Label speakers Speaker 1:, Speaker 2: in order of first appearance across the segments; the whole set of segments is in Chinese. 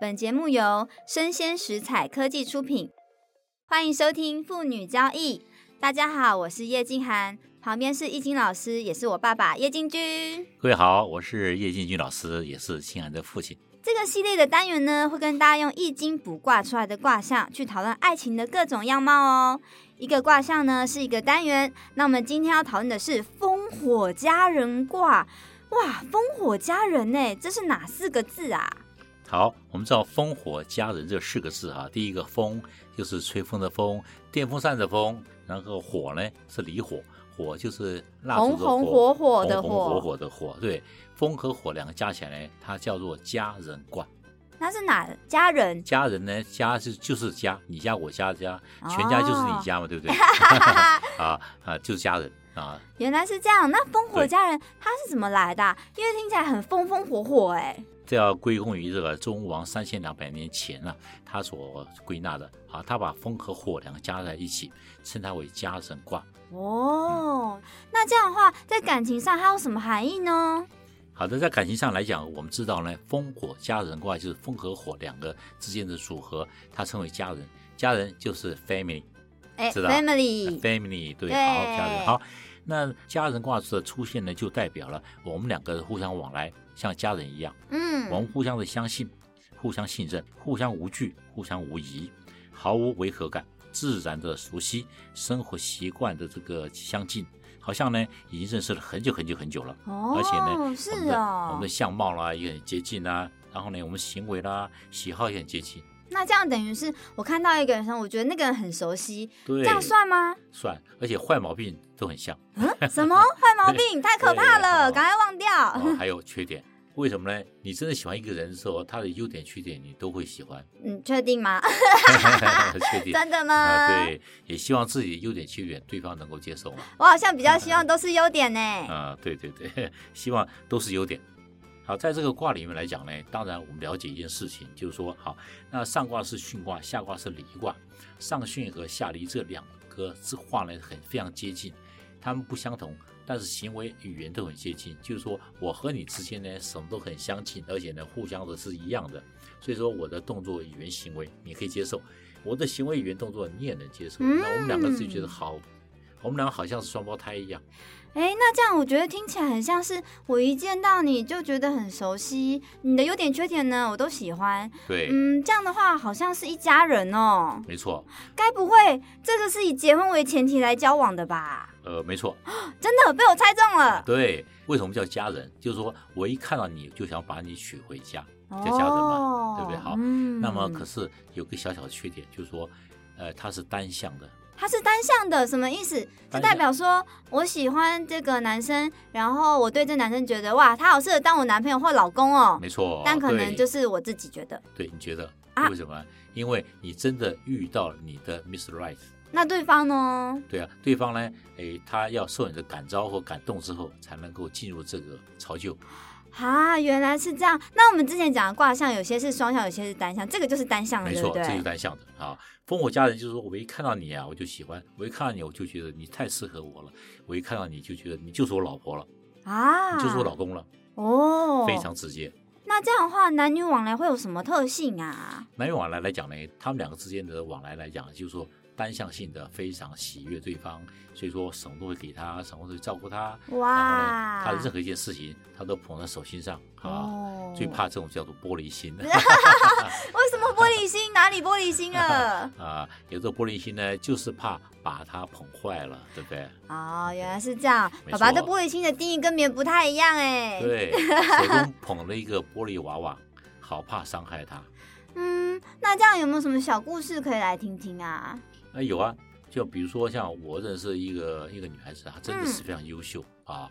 Speaker 1: 本节目由生鲜食材科技出品，欢迎收听《妇女交易》。大家好，我是叶静涵，旁边是易经老师，也是我爸爸叶进军。
Speaker 2: 各位好，我是叶进军老师，也是亲爱的父亲。
Speaker 1: 这个系列的单元呢，会跟大家用易经卜卦出来的卦象去讨论爱情的各种样貌哦。一个卦象呢是一个单元，那我们今天要讨论的是烽火佳人卦。哇，烽火佳人呢，这是哪四个字啊？
Speaker 2: 好，我们知道“烽火佳人”这四个字啊，第一个“风”就是吹风的风，电风扇的风，然后“火”呢是离火，火就是蜡烛的
Speaker 1: 红红火
Speaker 2: 火，
Speaker 1: 火的
Speaker 2: 红红火
Speaker 1: 火，
Speaker 2: 火的火。对，风和火两个加起来呢，它叫做佳人卦。
Speaker 1: 那是哪家人？
Speaker 2: 家人呢，家是就是家，你家我家的家，全家就是你
Speaker 1: 哦。
Speaker 2: 家嘛，对 不对？啊啊，就是家人啊。
Speaker 1: 原来是这样，那烽火
Speaker 2: 对
Speaker 1: 佳人它是怎么来的啊、因为听起来很风风火火哎、
Speaker 2: 这要归功于这个周文王三千两百年前呢、他所归纳的啊，他把风和火两个加在一起，称它为家人卦。
Speaker 1: 哦，那这样的话，在感情上还有什么含义呢？
Speaker 2: 好的，在感情上来讲，我们知道呢，风火家人卦就是风和火两个之间的组合，它称为家人。家人就是 family，
Speaker 1: 哎
Speaker 2: 知道
Speaker 1: ，family，
Speaker 2: family 对，
Speaker 1: 对
Speaker 2: 好家人好。那家人卦的出现呢，就代表了我们两个互相往来，像家人一样。我
Speaker 1: 嗯，
Speaker 2: 们互相的相信，互相信任，互相无惧，互相无疑，毫无违和感，自然的熟悉，生活习惯的这个相近，好像呢已经认识了很久很久很久了。
Speaker 1: 哦，
Speaker 2: 而且呢我们
Speaker 1: 是
Speaker 2: 的我
Speaker 1: 哦
Speaker 2: 们的，相貌啦也很接近啦，然后呢我们行为啦喜好也很接近。
Speaker 1: 那这样等于是我看到一个人的时候，我觉得那个人很熟悉，
Speaker 2: 对，
Speaker 1: 这样算 吗？
Speaker 2: 算而且坏毛病都很像，
Speaker 1: 嗯，什么坏毛病？太可怕了，
Speaker 2: 对
Speaker 1: 赶快忘掉。
Speaker 2: 哦、还有缺点。为什么呢？你真的喜欢一个人的时候，他的优点、缺点你都会喜 欢。
Speaker 1: 嗯，确定吗？
Speaker 2: 缺 点
Speaker 1: 真的吗？
Speaker 2: 啊、，对，也希望自己的优点缺点对方能够接受嘛。
Speaker 1: 我好像比较希望都是优点呢。
Speaker 2: 啊、对对对，希望都是优点。好，在这个卦里面来讲呢，当然我们了解一件事情，就是说，好，那上卦是巽卦，下卦是离卦，上巽和下离这两个字画呢很非常接近，它们不相同，但是行为语言都很接近，就是说我和你之间呢什么都很相近，而且呢互相的是一样的，所以说我的动作、语言、行为你可以接受，我的行为、语言、动作你也能接受，那我们两个自己觉得
Speaker 1: 嗯
Speaker 2: 好，我们两个好像是双胞胎一样。
Speaker 1: 哎，那这样我觉得听起来很像是我一见到你就觉得很熟悉，你的优点缺点呢我都喜欢。
Speaker 2: 对，
Speaker 1: 嗯，这样的话好像是一家人哦。
Speaker 2: 没错，
Speaker 1: 该不会这个是以结婚为前提来交往的吧？
Speaker 2: 呃，没错，
Speaker 1: 真的被我猜中了。
Speaker 2: 对。为什么叫家人？就是说我一看到你就想把你娶回家。
Speaker 1: 哦，
Speaker 2: 叫家人嘛对不对好
Speaker 1: 嗯
Speaker 2: 那么可是有个小小的缺点，就是说，呃，它是单向的。
Speaker 1: 它是单向的，什么意思？就
Speaker 2: 单向
Speaker 1: 代表说我喜欢这个男生，然后我对这男生觉得哇，他好适合当我男朋友或老公哦。
Speaker 2: 没错，
Speaker 1: 但可能
Speaker 2: 对
Speaker 1: 就是我自己觉得，
Speaker 2: 对，你觉得
Speaker 1: 啊
Speaker 2: 为什么？因为你真的遇到了你的 Miss Right，
Speaker 1: 那对方呢？
Speaker 2: 对啊，对方呢，诶，他要受你的感召或感动之后，才能够进入这个潮臼。
Speaker 1: 啊，原来是这样。那我们之前讲的卦象，有些是双向，有些是单向，这个就是单向的，嗯
Speaker 2: 没
Speaker 1: 对不
Speaker 2: 错，这就是
Speaker 1: 对？
Speaker 2: 单向的啊。烽火佳人就是说我一看到你啊，我就喜欢；我一看到你，我就觉得你太适合我了；我一看到你就觉得你就是我老婆了，
Speaker 1: 啊，
Speaker 2: 你就是我老公了，
Speaker 1: 哦，
Speaker 2: 非常直接。
Speaker 1: 那这样的话，男女往来会有什么特性啊？
Speaker 2: 男女往来来讲呢，他们两个之间的往来来讲，就是说单向性的，非常喜悦对方，所以说什么都会给他，什么都会照顾他。
Speaker 1: 哇，
Speaker 2: 然后呢，他任何一件事情他都捧在手心上啊。
Speaker 1: 啊哦
Speaker 2: 最怕这种叫做玻 璃心
Speaker 1: 为什么玻璃心？哪里玻璃心 了？
Speaker 2: 啊，有这玻璃心呢，就是怕把他捧坏了，对不对？
Speaker 1: 哦，原来是这样。
Speaker 2: 没
Speaker 1: 爸
Speaker 2: 错
Speaker 1: 爸对玻璃心的定义跟别人不太一样哎。，
Speaker 2: 对，手中捧了一个玻璃娃娃，好怕伤害他。
Speaker 1: 嗯，那这样有没有什么小故事可以来听听啊？
Speaker 2: 啊，有啊，就比如说像我认识一个一个女孩子，她真的
Speaker 1: 嗯
Speaker 2: 是非常优秀、啊，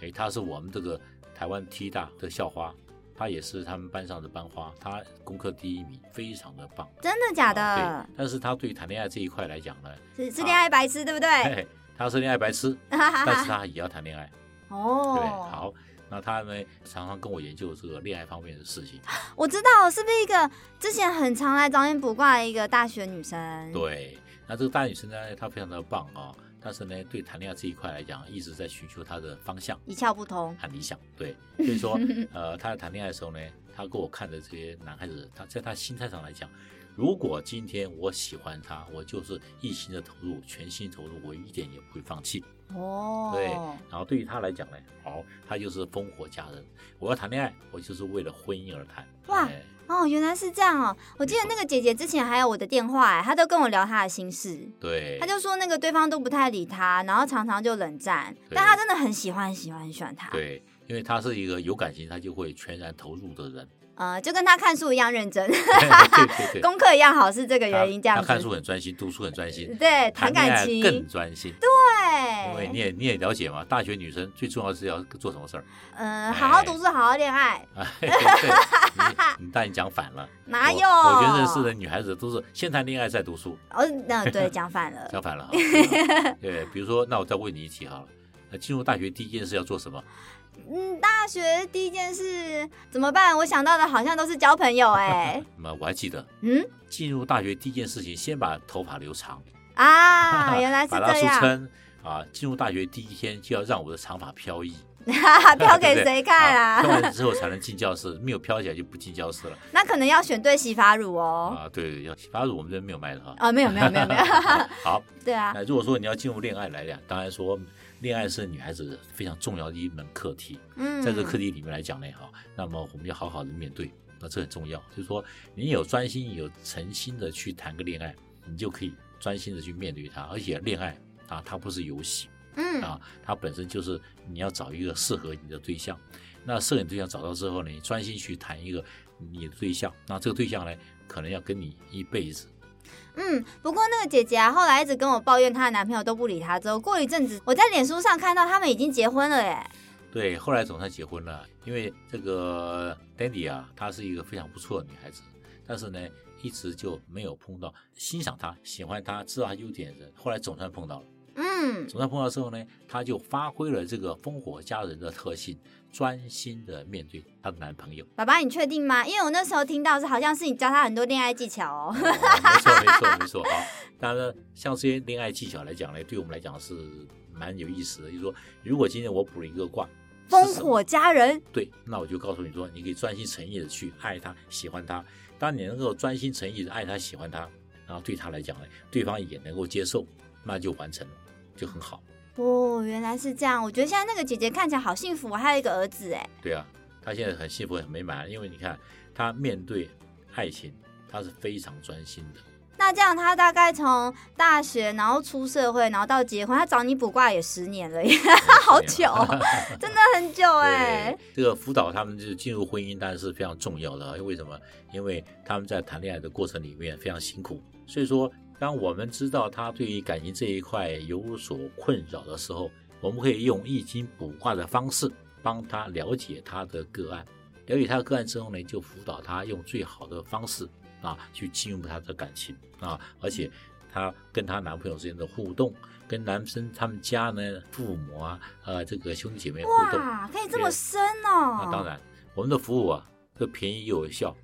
Speaker 2: 诶，她是我们这个台湾 T 大的校花，她也是他们班上的班花，她功课第一名，非常的棒。
Speaker 1: 真的假
Speaker 2: 啊
Speaker 1: 的？
Speaker 2: 对，但是她对谈恋爱这一块来讲呢，
Speaker 1: 是是恋爱白痴对不对？
Speaker 2: 嘿她是恋爱白痴，
Speaker 1: 哈哎啊哈
Speaker 2: 但是
Speaker 1: 哈。
Speaker 2: 她也要谈恋爱，对不对？
Speaker 1: 哦，
Speaker 2: 好，那她呢常常跟我研究这个恋爱方面的事情，
Speaker 1: 我知道了，是不是一个之前很常来找你卜卦的一个大学女生？，
Speaker 2: 对，那这个大女生呢，她非常的棒啊、但是呢，对谈恋爱这一块来讲，一直在寻求她的方向
Speaker 1: 一窍不通。
Speaker 2: 和理想。对，所以说，呃，她在谈恋爱的时候呢，他给我看的这些男孩子，他在他心态上来讲，如果今天我喜欢他，我就是一心的投入，全心投入，我一点也不会放弃。
Speaker 1: 哦，
Speaker 2: 对，然后对于他来讲呢，好，他就是烽火佳人。我要谈恋爱，我就是为了婚姻而谈。
Speaker 1: 哇
Speaker 2: 哎
Speaker 1: 哦，原来是这样哦！我记得那个姐姐之前还有我的电话、哎，她都跟我聊她的心事，
Speaker 2: 对，
Speaker 1: 她就说那个对方都不太理她，然后常常就冷战，
Speaker 2: 对
Speaker 1: 但她真的很喜欢，很喜欢，很喜欢他，
Speaker 2: 对，因为他是一个有感情，他就会全然投入的 人。
Speaker 1: 呃，就跟她看书一样认 真，
Speaker 2: 对对对，
Speaker 1: 功课一样好，是这个
Speaker 2: 他
Speaker 1: 原因，这样
Speaker 2: 他
Speaker 1: 子。
Speaker 2: 看书很专心，读书很专心，
Speaker 1: 对，
Speaker 2: 谈
Speaker 1: 谈
Speaker 2: 恋爱
Speaker 1: 感情，
Speaker 2: 更专心。因为你
Speaker 1: 对，
Speaker 2: 也你也了解嘛，大学女生最重要的是要做什 么事儿？
Speaker 1: 嗯、好好读书，好好恋爱，
Speaker 2: 哎，对，你你但你讲反了。
Speaker 1: 哪
Speaker 2: 我
Speaker 1: 有？
Speaker 2: 我觉得认识的女孩子都是先谈恋爱再读书，
Speaker 1: 哦，那对，讲反了。
Speaker 2: 相反了哈。对对，比如说，那我再问你一题好了，那进入大学第一件事要做什么？
Speaker 1: 嗯，大学第一件事怎么办？我想到的好像都是交朋友、 哎，
Speaker 2: 那么我还记得，
Speaker 1: 嗯
Speaker 2: 进入大学第一件事情，先把头发留长，
Speaker 1: 啊，原来是
Speaker 2: 把它
Speaker 1: 这
Speaker 2: 梳
Speaker 1: 样，
Speaker 2: 撑啊。进入大学第一天就要让我的长发飘逸，
Speaker 1: 哈哈，飘
Speaker 2: 对
Speaker 1: 啊给
Speaker 2: 不对
Speaker 1: 谁看
Speaker 2: 啊飘
Speaker 1: 啊？
Speaker 2: 完之后才能进教室，没有飘起来就不进教室了
Speaker 1: 那可能要选对洗发乳哦。
Speaker 2: 啊。对，要洗发乳我们这边没有卖的哈。
Speaker 1: 啊，没有没有没有没有，
Speaker 2: 好，
Speaker 1: 对 啊，
Speaker 2: 那如果说你要进入恋爱来讲，当然说恋爱是女孩子非常重要的一门课题。
Speaker 1: 嗯，
Speaker 2: 在这个课题里面来讲呢，哈，那么我们要好好的面对，那这很重要。就是说，你有专心、有诚心的去谈个恋爱，你就可以专心的去面对它。而且恋爱啊，它不是游戏
Speaker 1: 嗯
Speaker 2: 啊，它本身就是你要找一个适合你的对象。那适合你对象找到之后呢，你专心去谈一个你的对象，那这个对象呢，可能要跟你一辈子。
Speaker 1: 嗯。不过那个姐姐啊，后来一直跟我抱怨她的男朋友都不理她，之后过一阵子，我在脸书上看到他们已经结婚了，哎，
Speaker 2: 对，后来总算结婚了，因为这个 Dandy 啊，她是一个非常不错的女孩子，但是呢，一直就没有碰到欣赏她、喜欢她、知道她优点的人。后来总算碰到了，
Speaker 1: 嗯
Speaker 2: 总算碰到之后呢，她就发挥了这个烽火佳人的特性，专心的面对她的男朋友。
Speaker 1: 爸爸，你确定吗？因为我那时候听到是好像是你教他很多恋爱技巧哦。
Speaker 2: 哦没错，没错，没错啊。当然，像这些恋爱技巧来讲呢，对我们来讲是蛮有意思的。就是说，如果今天我卜了一个卦，是
Speaker 1: 烽
Speaker 2: 什么
Speaker 1: 火佳人，
Speaker 2: 对，那我就告诉你说，你可以专心诚意的去爱他、喜欢他。当你能够专心诚意的爱他、喜欢他，然后对他来讲呢，对方也能够接受，那就完成了，就很好。
Speaker 1: 哦，原来是这样。我觉得现在那个姐姐看起来好幸福，还有一个儿子哎。
Speaker 2: 对啊，他现在很幸福、很美满，啊因为你看他面对爱情，他是非常专心的。
Speaker 1: 那这样，他大概从大学，然后出社会，然后到结婚，他找你卜卦也十年了耶， 好久
Speaker 2: 啊
Speaker 1: 哦，真的很久哎
Speaker 2: 对。，这个辅导他们就进入婚姻，当然是非常重要的啊。因为什么？因为他们在谈恋爱的过程里面非常辛苦，所以说，当我们知道他对于感情这一块有所困扰的时候，我们可以用易经卜卦的方式帮他了解他的个案。了解他的个案之后呢，就辅导他用最好的方式啊，去进入他的感情啊，而且她跟她男朋友之间的互动，跟男生他们家呢父母啊，呃，这个兄弟姐妹互动，
Speaker 1: 哇，可以这么深哦！
Speaker 2: 那啊 当然，我们的服务啊，这便宜又有效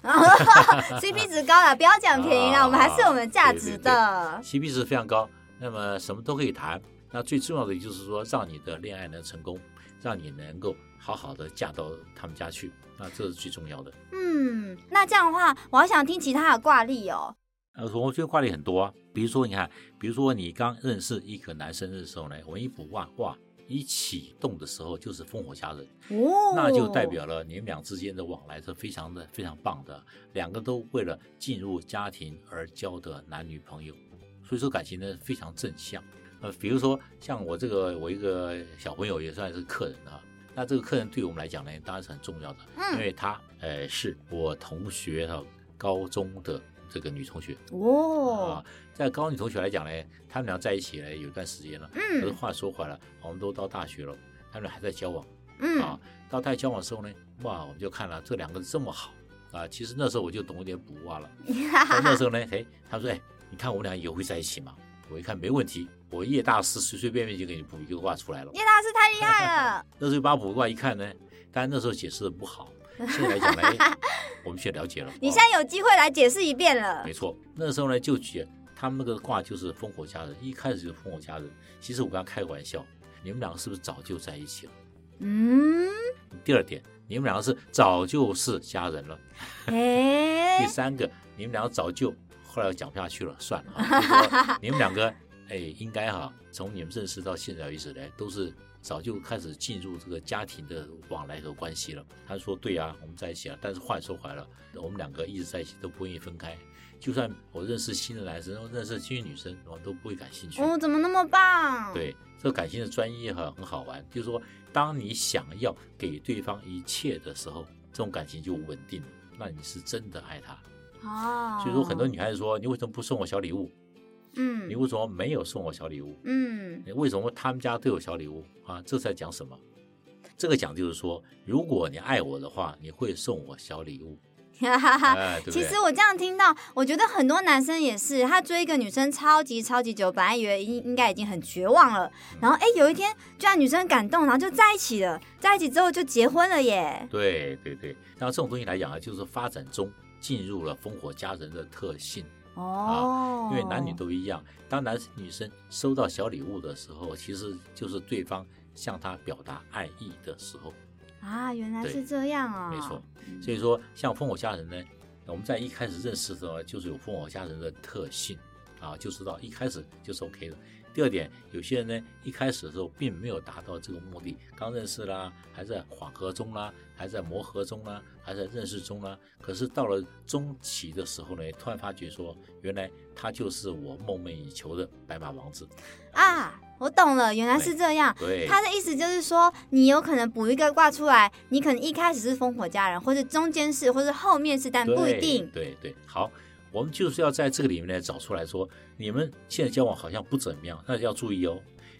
Speaker 1: ，CP 值高了，不要讲便宜了，
Speaker 2: 啊
Speaker 1: 我们还是有我们价值的。
Speaker 2: ，CP 值非常高，那么什么都可以谈。那最重要的就是说，让你的恋爱能成功，让你能够好好的嫁到他们家去，那这是最重要的。
Speaker 1: 嗯，那这样的话，我好想听其他的卦例哦。
Speaker 2: 呃，我觉得挂历很多啊，比如说你看，比如说你刚认识一个男生的时候呢，我们一卜卦卦一启动的时候就是烽火佳人，
Speaker 1: 哦，
Speaker 2: 那就代表了你们俩之间的往来是非常的非常棒的，两个都为了进入家庭而交的男女朋友，所以说感情呢非常正向。呃，比如说像我这个我一个小朋友也算是客人啊，那这个客人对我们来讲呢当然是很重要的，因
Speaker 1: 嗯，
Speaker 2: 为她呃是我同学的高中的这个女同学
Speaker 1: 哦
Speaker 2: 啊，，在高中女同学来讲呢，他们俩在一起呢有一段时间了，可是
Speaker 1: 嗯
Speaker 2: 话说回来了，我们都到大学了，他们俩还在交往。 啊
Speaker 1: 嗯，，
Speaker 2: 到太交往的时候呢，哇，我们就看了这两个这么好啊。其实那时候我就懂一点卜卦了。
Speaker 1: 啊哈哈
Speaker 2: 但那时候呢，哎，他说，哎，你看我们俩以后会在一起吗？我一看没问题，我叶大师随随便便就给你卜一个卦出来了。
Speaker 1: 叶大师太厉害 了，
Speaker 2: 那时候把卜卦一看呢，当然那时候解释的不好，现在来讲呢， 哎我们现在了解了。
Speaker 1: 你
Speaker 2: 哦
Speaker 1: 现在有机会来解释一遍了
Speaker 2: 没。错，那时候呢就解他们那个卦就是烽火佳人，一开始就是烽火佳人。其实我跟他开个玩笑，你们两个是不是早就在一起了？
Speaker 1: 嗯，
Speaker 2: 第二点，你们两个是早就是家人了。
Speaker 1: 哎
Speaker 2: 第，三个，你们两个早就后来我讲不下去了，算了啊。就是说你们两个，哎，应该哈、从你们认识到现在为止呢，都是早就开始进入这个家庭的往来和关系了。他说对啊，我们在一起了。但是话也说回来了，我们两个一直在一起都不愿意分开。就算我认识新的男生，认识新的女生，我都不会感兴趣。
Speaker 1: 哦，怎么那么棒？，
Speaker 2: 对，这个感情的专一哈很好玩，就是说，当你想要给对方一切的时候，这种感情就稳定了，那你是真的爱他。
Speaker 1: 哦，
Speaker 2: 所以说，很多女孩子说：“你为什么不送我小礼物？
Speaker 1: 嗯
Speaker 2: 你为什么没有送我小礼物？
Speaker 1: 嗯
Speaker 2: 你为什么他们家都有小礼物啊？”这在讲什么？这个讲就是说，如果你爱我的话，你会送我小礼物，
Speaker 1: 哈哈哈。
Speaker 2: 哎，对不
Speaker 1: 其
Speaker 2: 对？
Speaker 1: 实我这样听到，我觉得很多男生也是，他追一个女生超级超级久，本来以为应应该已经很绝望了，然后哎有一天居然女生感动，然后就在一起了，在一起之后就结婚了耶。
Speaker 2: 对对对。然后这种东西来讲啊，就是发展中进入了烽火佳人的特性。
Speaker 1: 哦，
Speaker 2: 因为男女都一样，当男生女生收到小礼物的时候，其实就是对方向他表达爱意的时候。
Speaker 1: 啊，原来
Speaker 2: 对
Speaker 1: 是这样啊，
Speaker 2: 没错
Speaker 1: 嗯，
Speaker 2: 所以说，像烽火佳人呢，我们在一开始认识的时候，就是有烽火佳人的特性啊，就知道一开始就是 OK 的。第二点，有些人呢一开始的时候并没有达到这个目的，刚认识啦，还在缓和中啦，还在磨合中啦，还在认识中啦。可是到了中期的时候呢，突然发觉说，原来他就是我梦寐以求的白马王子。
Speaker 1: 啊，我懂了，原来是这样。
Speaker 2: 对，
Speaker 1: 他的意思就是说，你有可能补一个卦出来，你可能一开始是烽火佳人，或者中间是，或者后面是，但不一定。
Speaker 2: 对对对，好，我们就是要在这个里面呢找出来说，你们现在交往好像不怎么样，那要注意哦。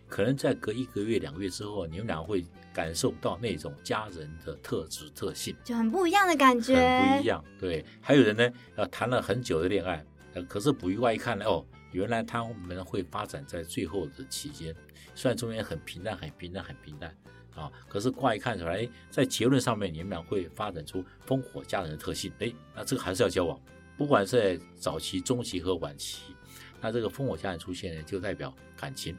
Speaker 2: 可能在隔一个月、两个月之后，你们俩会感受到那种家人的特质特性，
Speaker 1: 就很不一样的感
Speaker 2: 很
Speaker 1: 觉，
Speaker 2: 不一样。对，还有人呢，呃，谈了很久的恋爱，呃，可是不意外一看呢，哦，原来他们会发展在最后的期间，虽然中间很平淡、很平淡、很平淡啊，可是卦一看出来，哎在结论上面你们俩会发展出烽火佳人的特性，哎，那这个还是要交往，不管是在早期、中期和晚期，那这个烽火佳人出现呢，就代表感情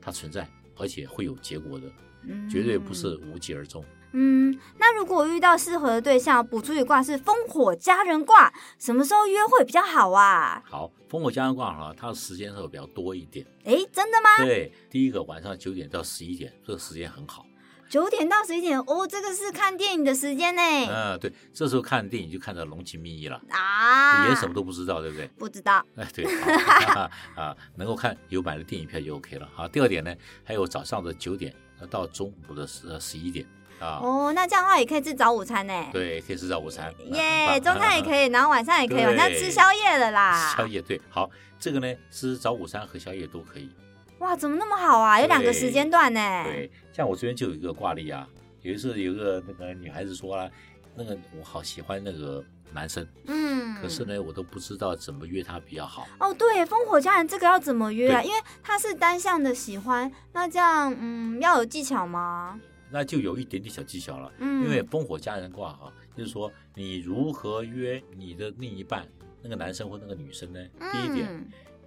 Speaker 2: 它存在，而且会有结果的，
Speaker 1: 嗯
Speaker 2: 绝对不是无疾而终。
Speaker 1: 嗯，那如果我遇到适合的对象，补出一卦是烽火佳人卦，什么时候约会比较好啊？
Speaker 2: 好，烽火佳人卦哈，它的时间会比较多一点。
Speaker 1: 诶，真的吗？
Speaker 2: 对，第一个晚上九点到十一点，这个时间很好。
Speaker 1: 九点到十一点哦，这个是看电影的时间呢、
Speaker 2: 嗯、对，这时候看电影就看到浓情蜜意了，
Speaker 1: 啊，
Speaker 2: 演什么都不知道，对不对？
Speaker 1: 不知道
Speaker 2: 哎，对，好啊， 能够看有买的电影票就 OK 了。好，第二点呢，还有早上的九点呃到中午的十呃十一点啊，
Speaker 1: 哦。那这样的话也可以吃早午餐呢、
Speaker 2: 对，可以吃早午餐，啊
Speaker 1: 耶，中餐也
Speaker 2: 以。
Speaker 1: 可以，然后晚上也可以，
Speaker 2: 对
Speaker 1: 晚上吃宵夜了啦。
Speaker 2: 啊宵夜对，好，这个呢吃早午餐和宵夜都可以。
Speaker 1: 哇，怎么那么好啊？有两个
Speaker 2: 对
Speaker 1: 时间段呢、
Speaker 2: 对，像我这边就有一个挂历啊，有一次有一个那个女孩子说啊，那个我好喜欢那个男生，
Speaker 1: 嗯，
Speaker 2: 可是呢，我都不知道怎么约他比较好。
Speaker 1: 哦，对，烽火佳人这个要怎么约啊？
Speaker 2: 对
Speaker 1: 因为他是单向的喜欢，那这样嗯要有技巧吗？
Speaker 2: 那就有一点点小技巧了，
Speaker 1: 嗯，
Speaker 2: 因为烽火佳人卦哈、就是说你如何约你的另一半，那个男生或那个女生呢？第一点，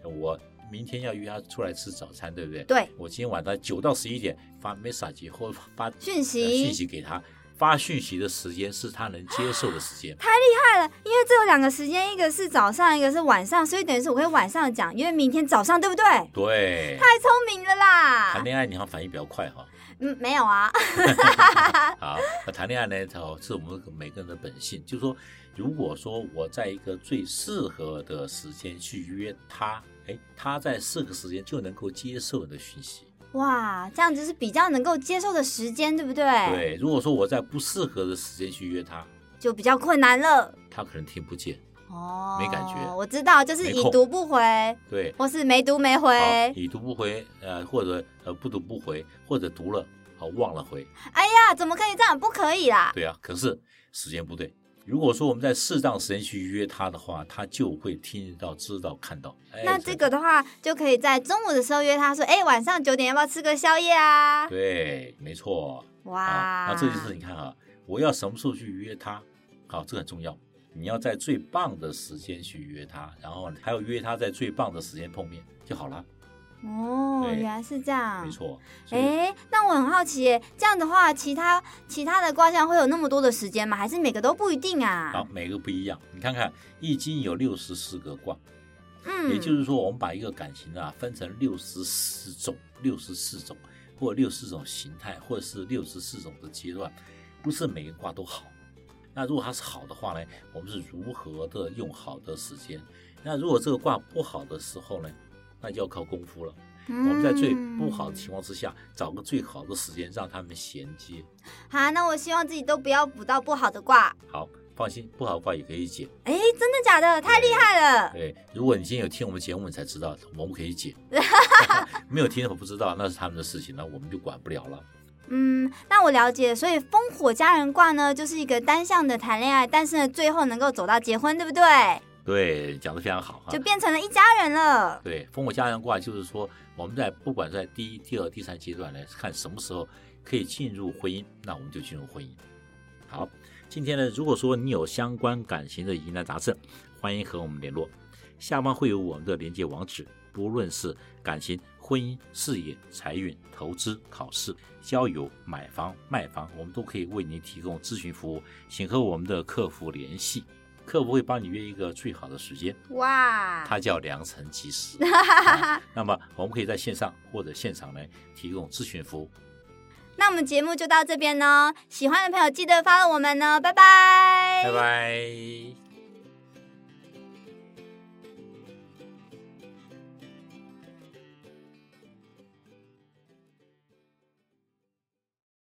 Speaker 1: 嗯、
Speaker 2: 我明天要约他出来吃早餐，对不对？
Speaker 1: 对
Speaker 2: 我今天晚上九到十一点发 message 或发
Speaker 1: 讯
Speaker 2: 呃
Speaker 1: 息
Speaker 2: 讯息给他，发讯息的时间是他能接受的时间。
Speaker 1: 太了，因为这有两个时间，一个是早上，一个是晚上，所以等于是我会晚上讲，因为明天早上对不对？太
Speaker 2: 对，
Speaker 1: 聪明了啦
Speaker 2: 谈！恋爱你好像反应比较快哈、
Speaker 1: 嗯，没有啊，
Speaker 2: 好，啊那谈恋爱呢，它是我们每个人的本性。就是说，如果说我在一个最适合的时间去约他，哎，他在适合时间就能够接受你的讯息。
Speaker 1: 哇，这样子是比较能够接受的时间，对不对？，
Speaker 2: 对，如果说我在不适合的时间去约他，
Speaker 1: 就比较困难了。
Speaker 2: 他可能听不见。
Speaker 1: 哦，
Speaker 2: 没感觉
Speaker 1: 我知道，就是
Speaker 2: 没
Speaker 1: 已
Speaker 2: 空
Speaker 1: 读不回，
Speaker 2: 对，
Speaker 1: 或是没读没回。
Speaker 2: 好，已读不回，呃，或者呃不读不回，或者读了好忘了回，
Speaker 1: 哎呀，怎么可以这样？不可以啦！
Speaker 2: 对啊。可是时间不对。如果说我们在适当时间去约他的话，他就会听到、知道、看到。哎
Speaker 1: 那这个的话，就可以在中午的时候约他说，哎，晚上九点要不要吃个宵夜啊？
Speaker 2: 对，没错。
Speaker 1: 哇
Speaker 2: 啊，，那这就是你看啊，我要什么时候去约他？好，这个很重要。你要在最棒的时间去约他，然后还要约他在最棒的时间碰面就好了。
Speaker 1: 哦，
Speaker 2: 对
Speaker 1: 原来是这样，
Speaker 2: 没。错。所以
Speaker 1: 哎，那我很好奇耶，这样的话，其他其他的卦象会有那么多的时间吗？还是每个都不一定啊？
Speaker 2: 啊，每个不一样。你看看《易经》有六十四个卦，
Speaker 1: 嗯，
Speaker 2: 也就是说，我们把一个感情啊分成六十四种、六十四种或六十种形态，或者是六十四种的阶段，不是每个卦都好。那如果它是好的话呢，我们是如何的用好的时间？那如果这个卦不好的时候呢，那就要靠功夫了。我们在最不好的
Speaker 1: 嗯
Speaker 2: 情况之下，找个最好的时间让他们衔接。
Speaker 1: 好，那我希望自己都不要补到不好的卦。
Speaker 2: 好，放心，不好的卦也可以解。
Speaker 1: 哎，真的假的？太厉害了！
Speaker 2: 对，哎如果你今天有听我们节目，你才知道我们可以解，没有听的我不知道，那是他们的事情，那我们就管不了了。
Speaker 1: 嗯，那我了解，所以烽火佳人卦呢，就是一个单向的谈恋爱，但是呢，最后能够走到结婚，对不对？
Speaker 2: 对，讲的非常好哈
Speaker 1: 就。变成了一家人了。
Speaker 2: 对，烽火家人卦就是说，我们在不管在第一、第二、第三阶段来看什么时候可以进入婚姻，那我们就进入婚姻。好，今天呢，如果说你有相关感情的疑难杂症，欢迎和我们联络，下方会有我们的连接网址。不论是感情、婚姻、事业、财运、投资、考试、交友、买房、卖房，我们都可以为您提供咨询服务，请和我们的客服联系，客服会帮你约一个最好的时间。
Speaker 1: 哇，
Speaker 2: 它叫良辰吉时、啊那么我们可以在线上或者现场来提供咨询服务。
Speaker 1: 那我们节目哎就到这边呢，喜欢的朋友记得 follow 我们呢，拜拜
Speaker 2: 拜拜。